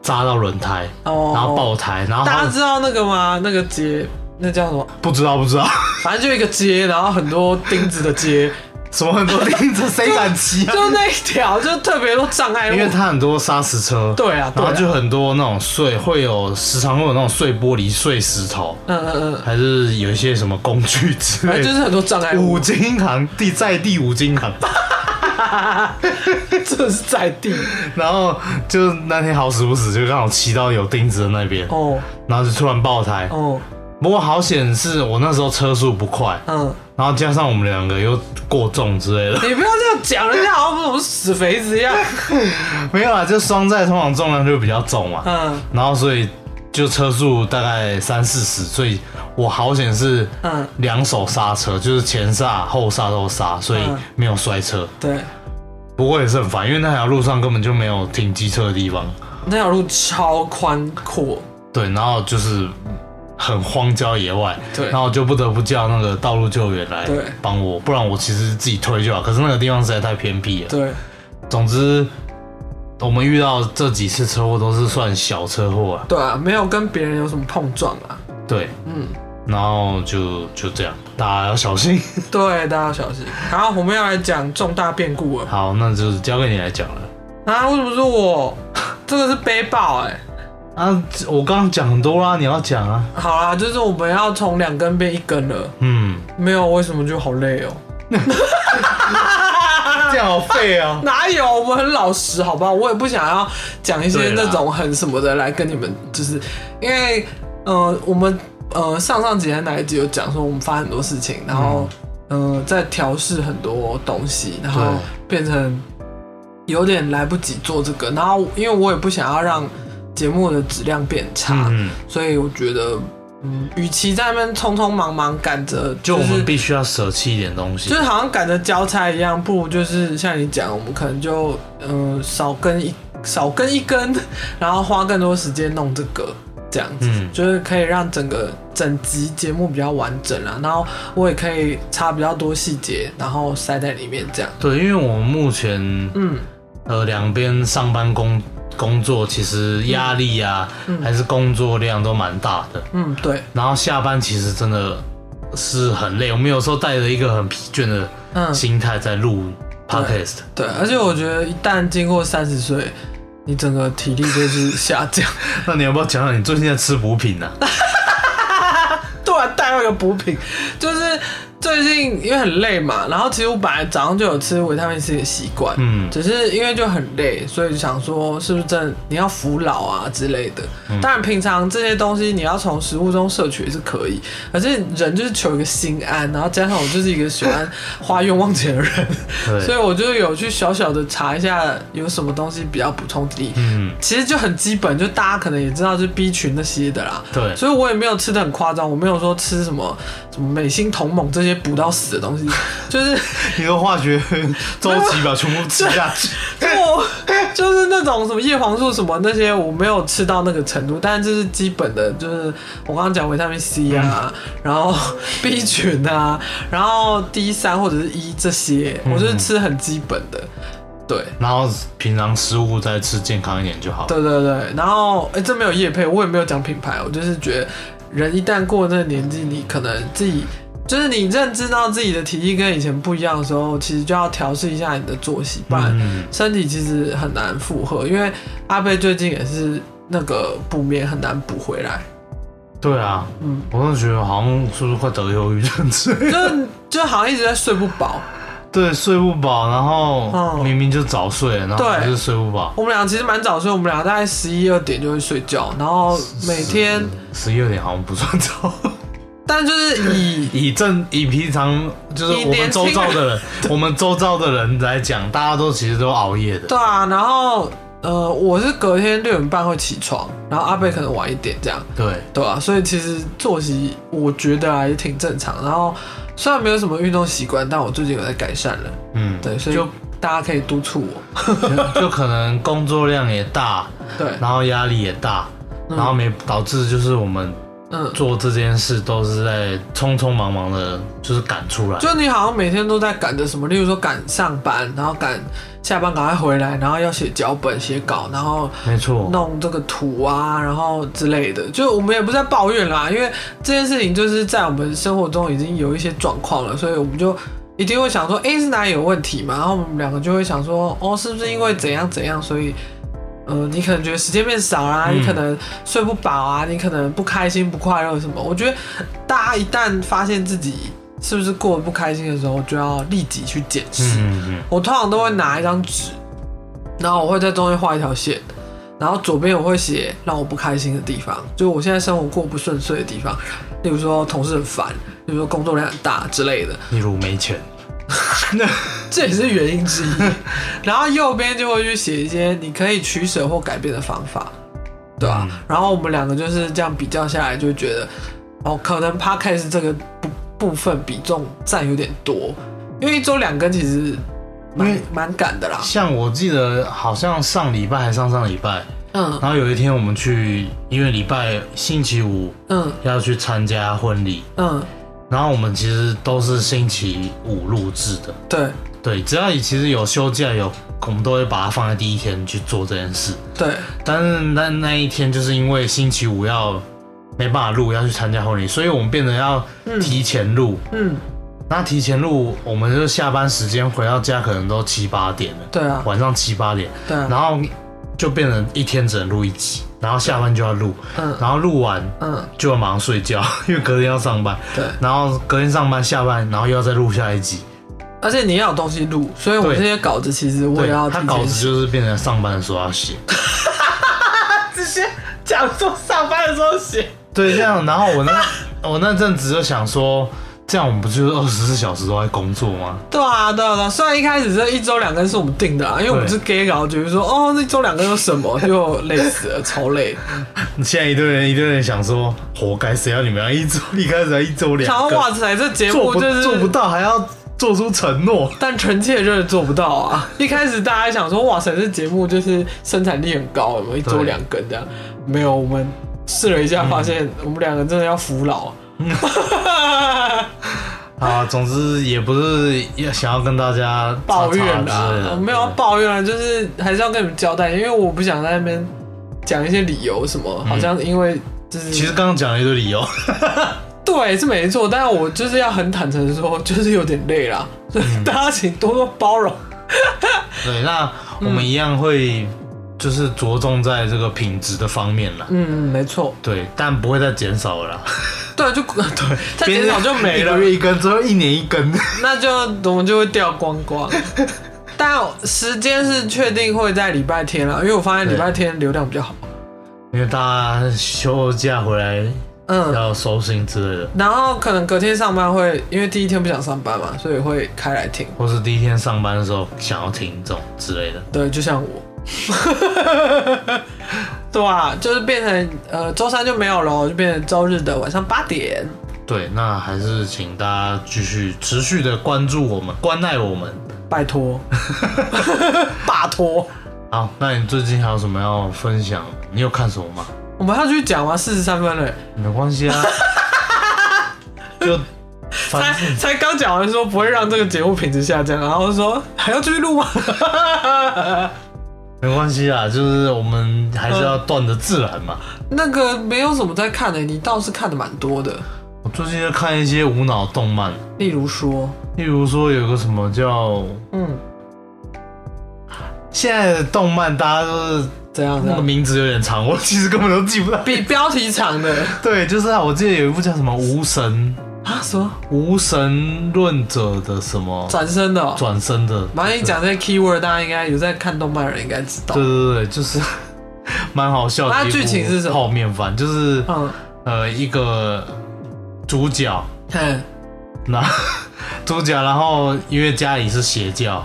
扎到轮胎，哦，然后爆胎，然后大他家知道那个吗？那个街，那叫什么？不知道不知道， 反正就一个街，然后很多钉子的街，什么很多钉子，谁敢骑啊？ 就那一条就特别多障碍物，因为它很多砂石车，对啊对然啊后就很多那种碎，会有时常会有那种碎玻璃、碎石头，嗯嗯嗯，还是有一些什么工具之反类正啊的。就是很多障碍物五，金行地在地五金行， 真的是在地然后就那天好死不死就刚好骑到有钉子的那边，哦然后就突然爆胎。哦不过好险是我那时候车速不快，嗯，然后加上我们两个又过重之 类的，你不要这样讲，人家好像我们死肥子 一样，没有啦，啊就双载通常重量就比较重嘛，嗯然后所以就车速大概三四十，所以我好险是嗯，两手刹车，就是前刹后刹都刹，所以嗯没有摔车。对，不过也是很烦，因为那条路上根本就没有停机车的地方，那条路超宽阔，对，然后就是很荒郊野外，对然后我就不得不叫那个道路救援来对帮我，不然我其实自己推就好。可是那个地方实在太偏僻了。对，总之，我们遇到这几次车祸都是算小车祸啊，对啊，没有跟别人有什么碰撞啊，对，嗯，然后就就这样，大家要小 心。对，大家要小心。好，我们要来讲重大变故了好，那就是交给你来讲了。啊！为什么是我？这个是背包哎、啊，我刚刚讲很多啦，你要讲啊。好啦，就是我们要从两根变一根了，嗯，没有为什么就好累哦、这样好废啊。 哪有？我们很老实，好不好？我也不想要讲一些对啦那种很什么的来跟你们，就是因为，呃，我们呃上上集还哪一集有讲说我们发很多事情，然后，嗯，在调试很多东西，然后对变成有点来不及做这个，然后因为我也不想要让节目的质量变差，嗯，所以我觉得，嗯，与其在那边匆匆忙忙赶着，就我是们必须要舍弃一点东西。就是好像赶着交差一样，不如就是像你讲，我们可能就嗯、呃少跟一少跟一根，然后花更多时间弄这个，这样子、嗯就是可以让整个整集节目比较完整啦。然后我也可以插比较多细节，然后塞在里面这样。对，因为我们目前嗯，呃两边上班工工作，其实压力啊、还是工作量都蛮大的。嗯，对，然后下班其实真的是很累，我们有时候带着一个很疲倦的嗯，心态在录 podcast。对。而且我觉得一旦经过三十岁，你整个体力就是下降。那你要不要讲讲你最近在吃补品 呢、啊？ 突然啊带到一个补品，就是最近因为很累嘛，然后其实我本来早上就有吃维他命 C 的习惯，嗯，只是因为就很累，所以就想说是不是真的你要服老啊之类的。嗯当然，平常这些东西你要从食物中摄取也是可以，可是人就是求一个心安，然后加上我就是一个喜欢花冤枉钱的人， 对所以我就有去小小的查一下有什么东西比较补充体力。嗯，其实就很基本，就大家可能也知道，就是 B 群那些的啦。对所以我也没有吃的很夸张，我没有说吃什么什么美心同盟这些补到死的东西， 就是你的化学周期表全部吃下去。我就是那种什么叶黄素什么那些，我没有吃到那个程度，但是这是基本的，就是我刚刚讲维他命 C 啊，然后 B 群啊，然后 D 三或者是 E 这些，我就是吃很基本的，对。 然后平常食物再吃健康一点就好。对对对，然后哎、诶这没有业配，我也没有讲品牌，我就是觉得人一旦过了那个年纪，你可能自己就是你认知到自己的体力跟以前不一样的时候，其实就要调试一下你的作息，不然嗯，身体其实很难负荷。因为阿贝最近也是那个补眠很难补回来， 对啊，嗯我真的觉得好像是不是快得忧郁症之类的。就是就好像一直在睡不饱。 对，睡不饱，然后嗯明明就早睡，然后对还是睡不饱。我们俩其实蛮早睡，我们俩大概十一二点就会睡觉，然后每天，十一二点好像不算早，但就是以以正以平常就是以我们年轻周人遭的 人，我们周遭的人来讲，大家都其实都熬夜的。对啊，然后呃，我是隔天六点半会起床，然后阿贝可能晚一点这样，对，对啊，所以其实作息我觉得啊也挺正常。然后虽然没有什么运动习惯，但我最近有在改善了，嗯，对，所以就大家可以督促我。就可能工作量也大，对，然后压力也大，然后没导致就是我们嗯，做这件事都是在匆匆忙忙的，就是赶出来。就你好像每天都在赶着什么，例如说赶上班，然后赶下班赶快回来，然后要写脚本、写稿，然后没错，弄这个图啊，然后之类的，就我们也不在抱怨啦，因为这件事情就是在我们生活中已经有一些状况了，所以我们就一定会想说，诶，是哪里有问题嘛？然后我们两个就会想说，哦，是不是因为怎样怎样，所以，呃，你可能觉得时间变少啊，嗯你可能睡不饱啊，你可能不开心、不快乐什么。我觉得大家一旦发现自己是不是过得不开心的时候，就要立即去检视。嗯嗯我通常都会拿一张纸，然后我会在中间画一条线，然后左边我会写让我不开心的地方，就是我现在生活过不顺遂 的地方，例如说同事很烦，例如说工作量很大之类的，嗯，例如没钱，这也是原因之一。 然后右边就会去写一些你可以取舍或改变的方法，对啊吧、嗯然后我们两个就是这样比较下来，就觉得哦，可能 podcast 这个部部分比重占有点多，因为一周两更其实因蛮为蛮赶的啦。像我记得好像上礼拜还上上礼拜，嗯然后有一天我们去，因为礼拜星期五嗯要去参加婚礼，嗯，然后我们其实都是星期五录制的，对对，只要其实有休假有，我们都会把它放在第一天去做这件事。对但是那那一天就是因为星期五要没办法录，要去参加婚礼，所以我们变得要提前录。嗯那提前录，我们就下班时间回到家可能都七八点了，对啊晚上七八点，对啊，然后就变成一天只能录一集，然后下班就要录，嗯然后录完嗯就要马上睡觉，因为隔天要上班，对，然后隔天上班下班，然后又要再录下一集。而且你要有东西录，所以我对这些稿子其实我对也要，他提前稿子就是变成上班的时候要写。 直接讲说上班的时候写。对，这样，然后我那 我那阵子就想说，这样我们不就是二十四小时都在工作吗？对啊，对啊，对啊。虽然一开始这一周两更是我们定的啊，因为我们对是 gay 搞，觉得说哦，那一周两更有什么，就累死了，超累。现在一堆人一堆人想说，活该，谁要你们要一周一开始要一周然两后个，哇塞，这节做目不就是做不，到还要做出承诺，但臣妾真的做不到啊。一开始大家想说哇塞，这节目就是生产力很高，我们一周对两更这样，没有，我们试了一下，发嗯现我们两个真的要服 老。啊，总之也不是要想要跟大家抱怨啦、啊啦，，没有要抱怨啦，就是还是要跟你们交代，因为我不想在那边讲一些理由什么，好像因为就是其实刚刚讲了一堆理由，对是没错，但是我就是要很坦诚的说，就是有点累啦，所以嗯 大家请多多包容。对，那我们一样会就是着重在这个品质的方面啦，嗯，没错，对，但不会再减少了啦，对， 就对，再减少就没一了个，月一根，最后一年一根。那就我们就会掉光 光。但时间是确定会在礼拜天了，因为我发现礼拜天流量比较好。因为大家休假回来嗯，要收心之类的，然后可能隔天上班会，因为第一天不想上班嘛，所以会开来听。或是第一天上班的时候想要听这种之类的。对，就像我， 对啊，就是变成呃周三就没有了，就变成周日的晚上八点。对，那还是请大家继续持续的关注我们，关爱我们。拜托，拜托，好，那你最近还有什么要分享？你有看什么吗？我们要去讲吗？四十三分嘞，没关系 啊，就才反正才刚讲完说不会让这个节目品质下降，然后说还要继续录吗？ 没关系啊，就是我们还是要断的自然嘛。那个没有什么在看的、你倒是看的蛮多的，我最近在看一些无脑动漫，例如说，例如说有个什么叫嗯，现在的动漫，大家都是怎样怎那个样，名字有点长，我其实根本都记不到。比标题 长的对，就是啊，我记得有一部叫什么《无神啊什么无神论者》的什么转身的、哦。转身的，马上一讲这些 keyword，大家应该有在看动漫的人应该知道对，对对，就是蛮好笑的一那部。剧情是什么泡面番就是嗯，呃一个主角，嗯看，那 主角，然后因为家里是邪 教。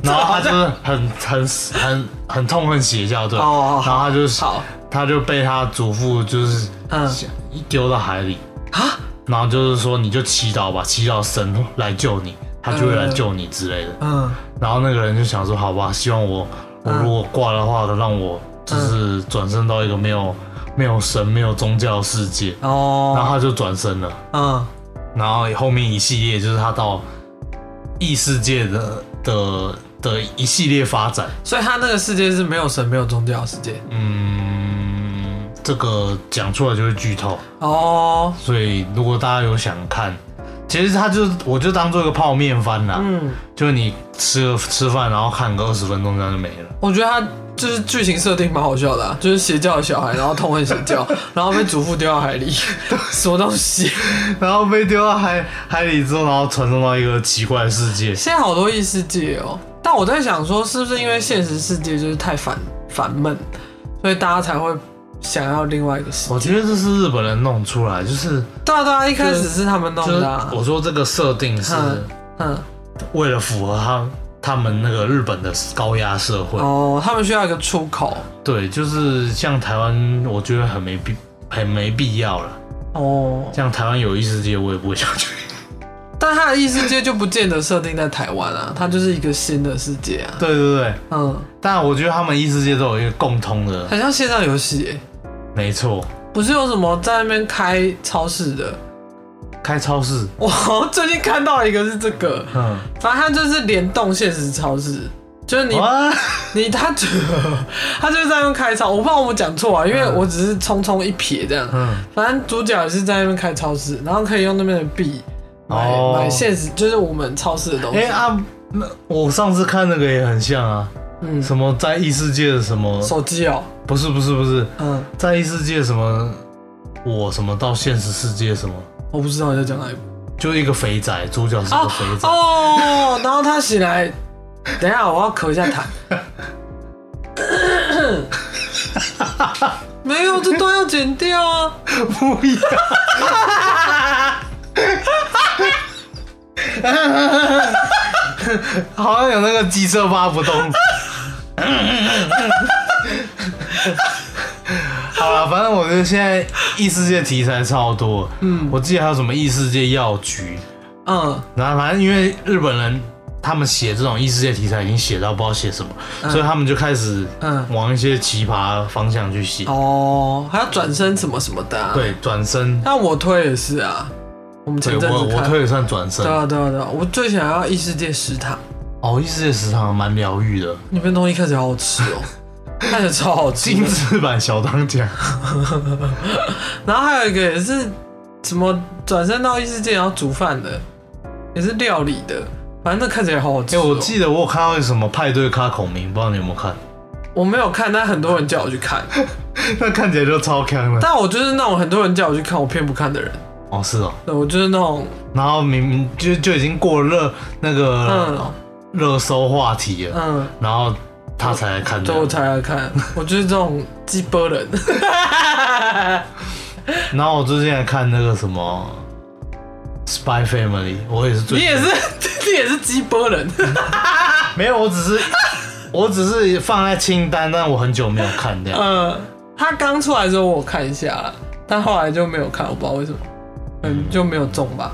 然后他就是很很很很痛恨邪教，对，哦然后他就是好他就被他祖父就是嗯一丢到海里啊，然后就是说你就祈祷吧，祈祷神来救你，他就会来救你之类的。嗯然后那个人就想说，好吧，希望我我嗯如果挂的话，让我就是转身到一个没有没有神、没有宗教的世界。然哦，后他就转身了，嗯然后后面一系列就是他到异世界的的的一系列发展。所以他那个世界是没有神没有宗教的世界嗯，这个讲出来就会剧透。哦，所以如果大家有想看，其实它就是我就当做一个泡面番啦，嗯，就是你吃个吃饭，然后看个二十分钟，这样就没了。我觉得他就是剧情设定蛮好笑的啊、就是邪教的小孩，然后痛恨邪 教，然后被祖父丢到海里，什么东西？然后被丢到海海里之后，然后传送到一个奇怪的世界。现在好多异世界哦，但我在想说，是不是因为现实世界就是太烦烦闷，所以大家才会想要另外一个世界？我觉得这是日本人弄出来，就是对啊对啊，一开始是他们弄就是的、啊，我说这个设定是嗯嗯，为了符合他他们那个日本的高压社会。哦，他们需要一个出口，对，就是像台湾，我觉得很没必很没必要了。哦，像台湾有异世界，我也不会想去。 但他的异世界就不见得设定在台湾啊，它就是一个新的世界啊，对对对，嗯，但我觉得他们异世界都有一个共通的，很像线上游戏耶、没错，不是有什么在那边开超市的？ 开超市，我好像最近看到一个是这个，嗯，反正它就是联动现实超市，就是你哇，你他就 他就是在那边开超，我不知道我们讲错啊，因为我只是匆匆一瞥这样。嗯，反正主角也是在那边开超市，然后可以用那边的币买、哦买现实，就是我们超市的东西。哎、啊，那我上次看那个也很像啊，嗯，什么在异世界的什么，手机哦、不是不是不是，嗯，在异世界什么，我什么到现实世界什么，我不知道你在讲哪一部。就是一个肥仔，主角是个哦肥仔，哦，然后他醒 来，等一下我要咳一下痰。没有，这段要剪掉啊！不一样。好像有那个机车发不动。嗯好了，反正我觉得现在异世界题材超多。嗯，我记得还有什么异世界药局，嗯，然后反正因为日本人他们写这种异世界题材已经写到不知道写什么，所以他们就开始嗯往一些奇葩方向去写。哦，还要转身什么什么的、啊。，对，转身但我推也是啊，我们对前阵我子我看。推也算转身对啊，对啊，对啊！我最想要异世界食堂，哦，异世界食堂蛮疗愈的，那边东西看起来好好吃 哦，看起来超好吃精的。致版小当家。然后还有一个也是什么转身到异世界然后煮饭的，也是料理的，反正那看起来好好 吃、哎、哦。我记得我有看到一个什么派对咖孔明，不知道你有没有看？我没有看，但很多人叫我去看， 那看起来就超强了。但我就是那种很多人叫我去看，我偏不看的人。哦，是哦。对，我就是那种然后明明就就已经过了热那个嗯热、搜话题了，嗯，然后他才来看所以的我。才来看，我就是这种鸡巴人。然后我最近还看那个什么《Spy Family》，我也是 最你也是， 你也是鸡巴人。没有，我只 是我只是放在清单，但我很久没有看掉。嗯， 他刚出来的时候我有看一下啦，但后来就没有看，我不知道为什么，嗯，就没有中吧。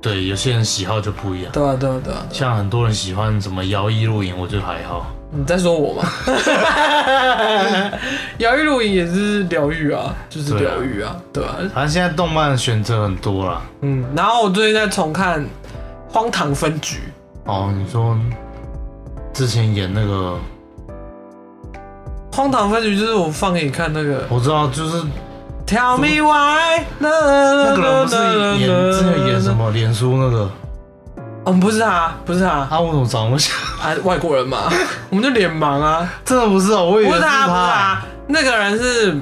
对，有些人喜好就不一样。对啊，对啊，对啊。对啊像很多人喜欢什么摇曳露营，我就还好。你在说 我吗？疗愈露营也是疗愈啊，就是疗愈啊，对啊。反正现在动漫选择很多啦。嗯，然后我最近在重看《荒唐分局》。哦，你说之前演那个，荒唐分局就是我放给你看那个我知道，就是 Tell me why，那那个人不是演之前演什？么脸书那个，我哦们不是他，不是他，啊，我怎么长不像？ 啊，外国人嘛，我们就脸盲啊，真的不是哦，我以不为是他，不是他，那个人是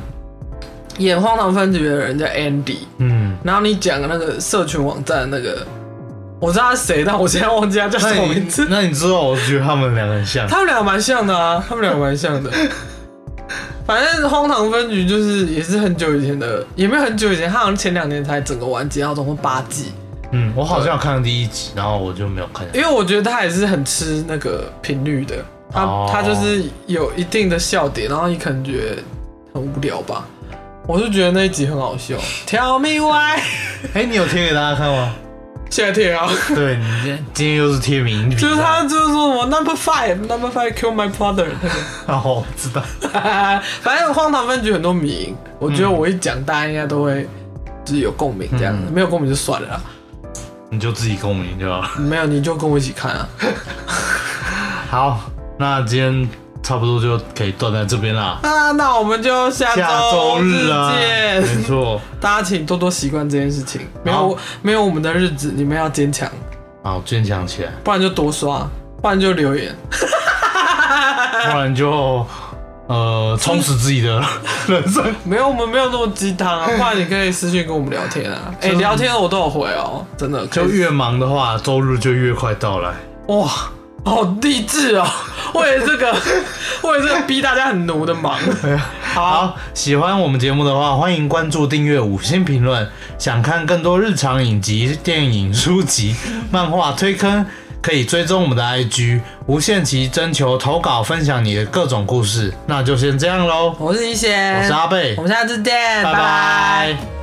演荒唐分局的人叫 Andy，嗯，然后你讲的那个社群网站的那个，我知道他是谁，但我现在忘记他叫什那么你名字。那你知道，我觉得他们两个很像。他们俩蛮像的啊，他们俩 蛮像的。反正荒唐分局就是也是很久以前的，也没有很久以前，他好像前两年才整个完结，然后总共八季。嗯，我好像有看了第一集，然后我就没有看下去。因为我觉得他也是很吃那个频率的，他、哦他就是有一定的笑点，然后你可能觉得很无聊吧。我是觉得那一集很好笑，Tell me why，哎，你有贴给大家看 吗？现在贴啊。对，你今天今天又是贴名，就是，他就是说什么 number five number five kill my father，哦，我知道。反正荒唐分局很多迷因，我觉得我一讲大家应该都会就是有共鸣这样子，嗯没有共鸣就算了啦，你就自己共鸣就好了。没有你就跟我一起看啊。好，那今天差不多就可以断在这边啦。那 那我们就下嗯下周周日啊，见。没错。大家请多多习惯这件事情，没有好没有我们的日子，你们要坚强，好，坚强起来，不然就多刷，不然就留言， 不然就 呃充实自己的人生。没有我们没有那么鸡汤啊，不然你可以私信跟我们聊天 啊，哎、聊天我都有回哦，真的就可以越忙的话，周日就越快到来。哇，好励志哦， 为了这个 为了这个逼大家很奴的忙，好，啊好，喜欢我们节目的话，欢迎关注、订阅、五星评论。想看更多日常影集、电影、书籍、漫画推坑，可以追踪我们的 IG 无限期征求投稿，分享你的各种故事。那就先这样喽，我是一我贤是，阿贝我，们下次见，拜拜拜拜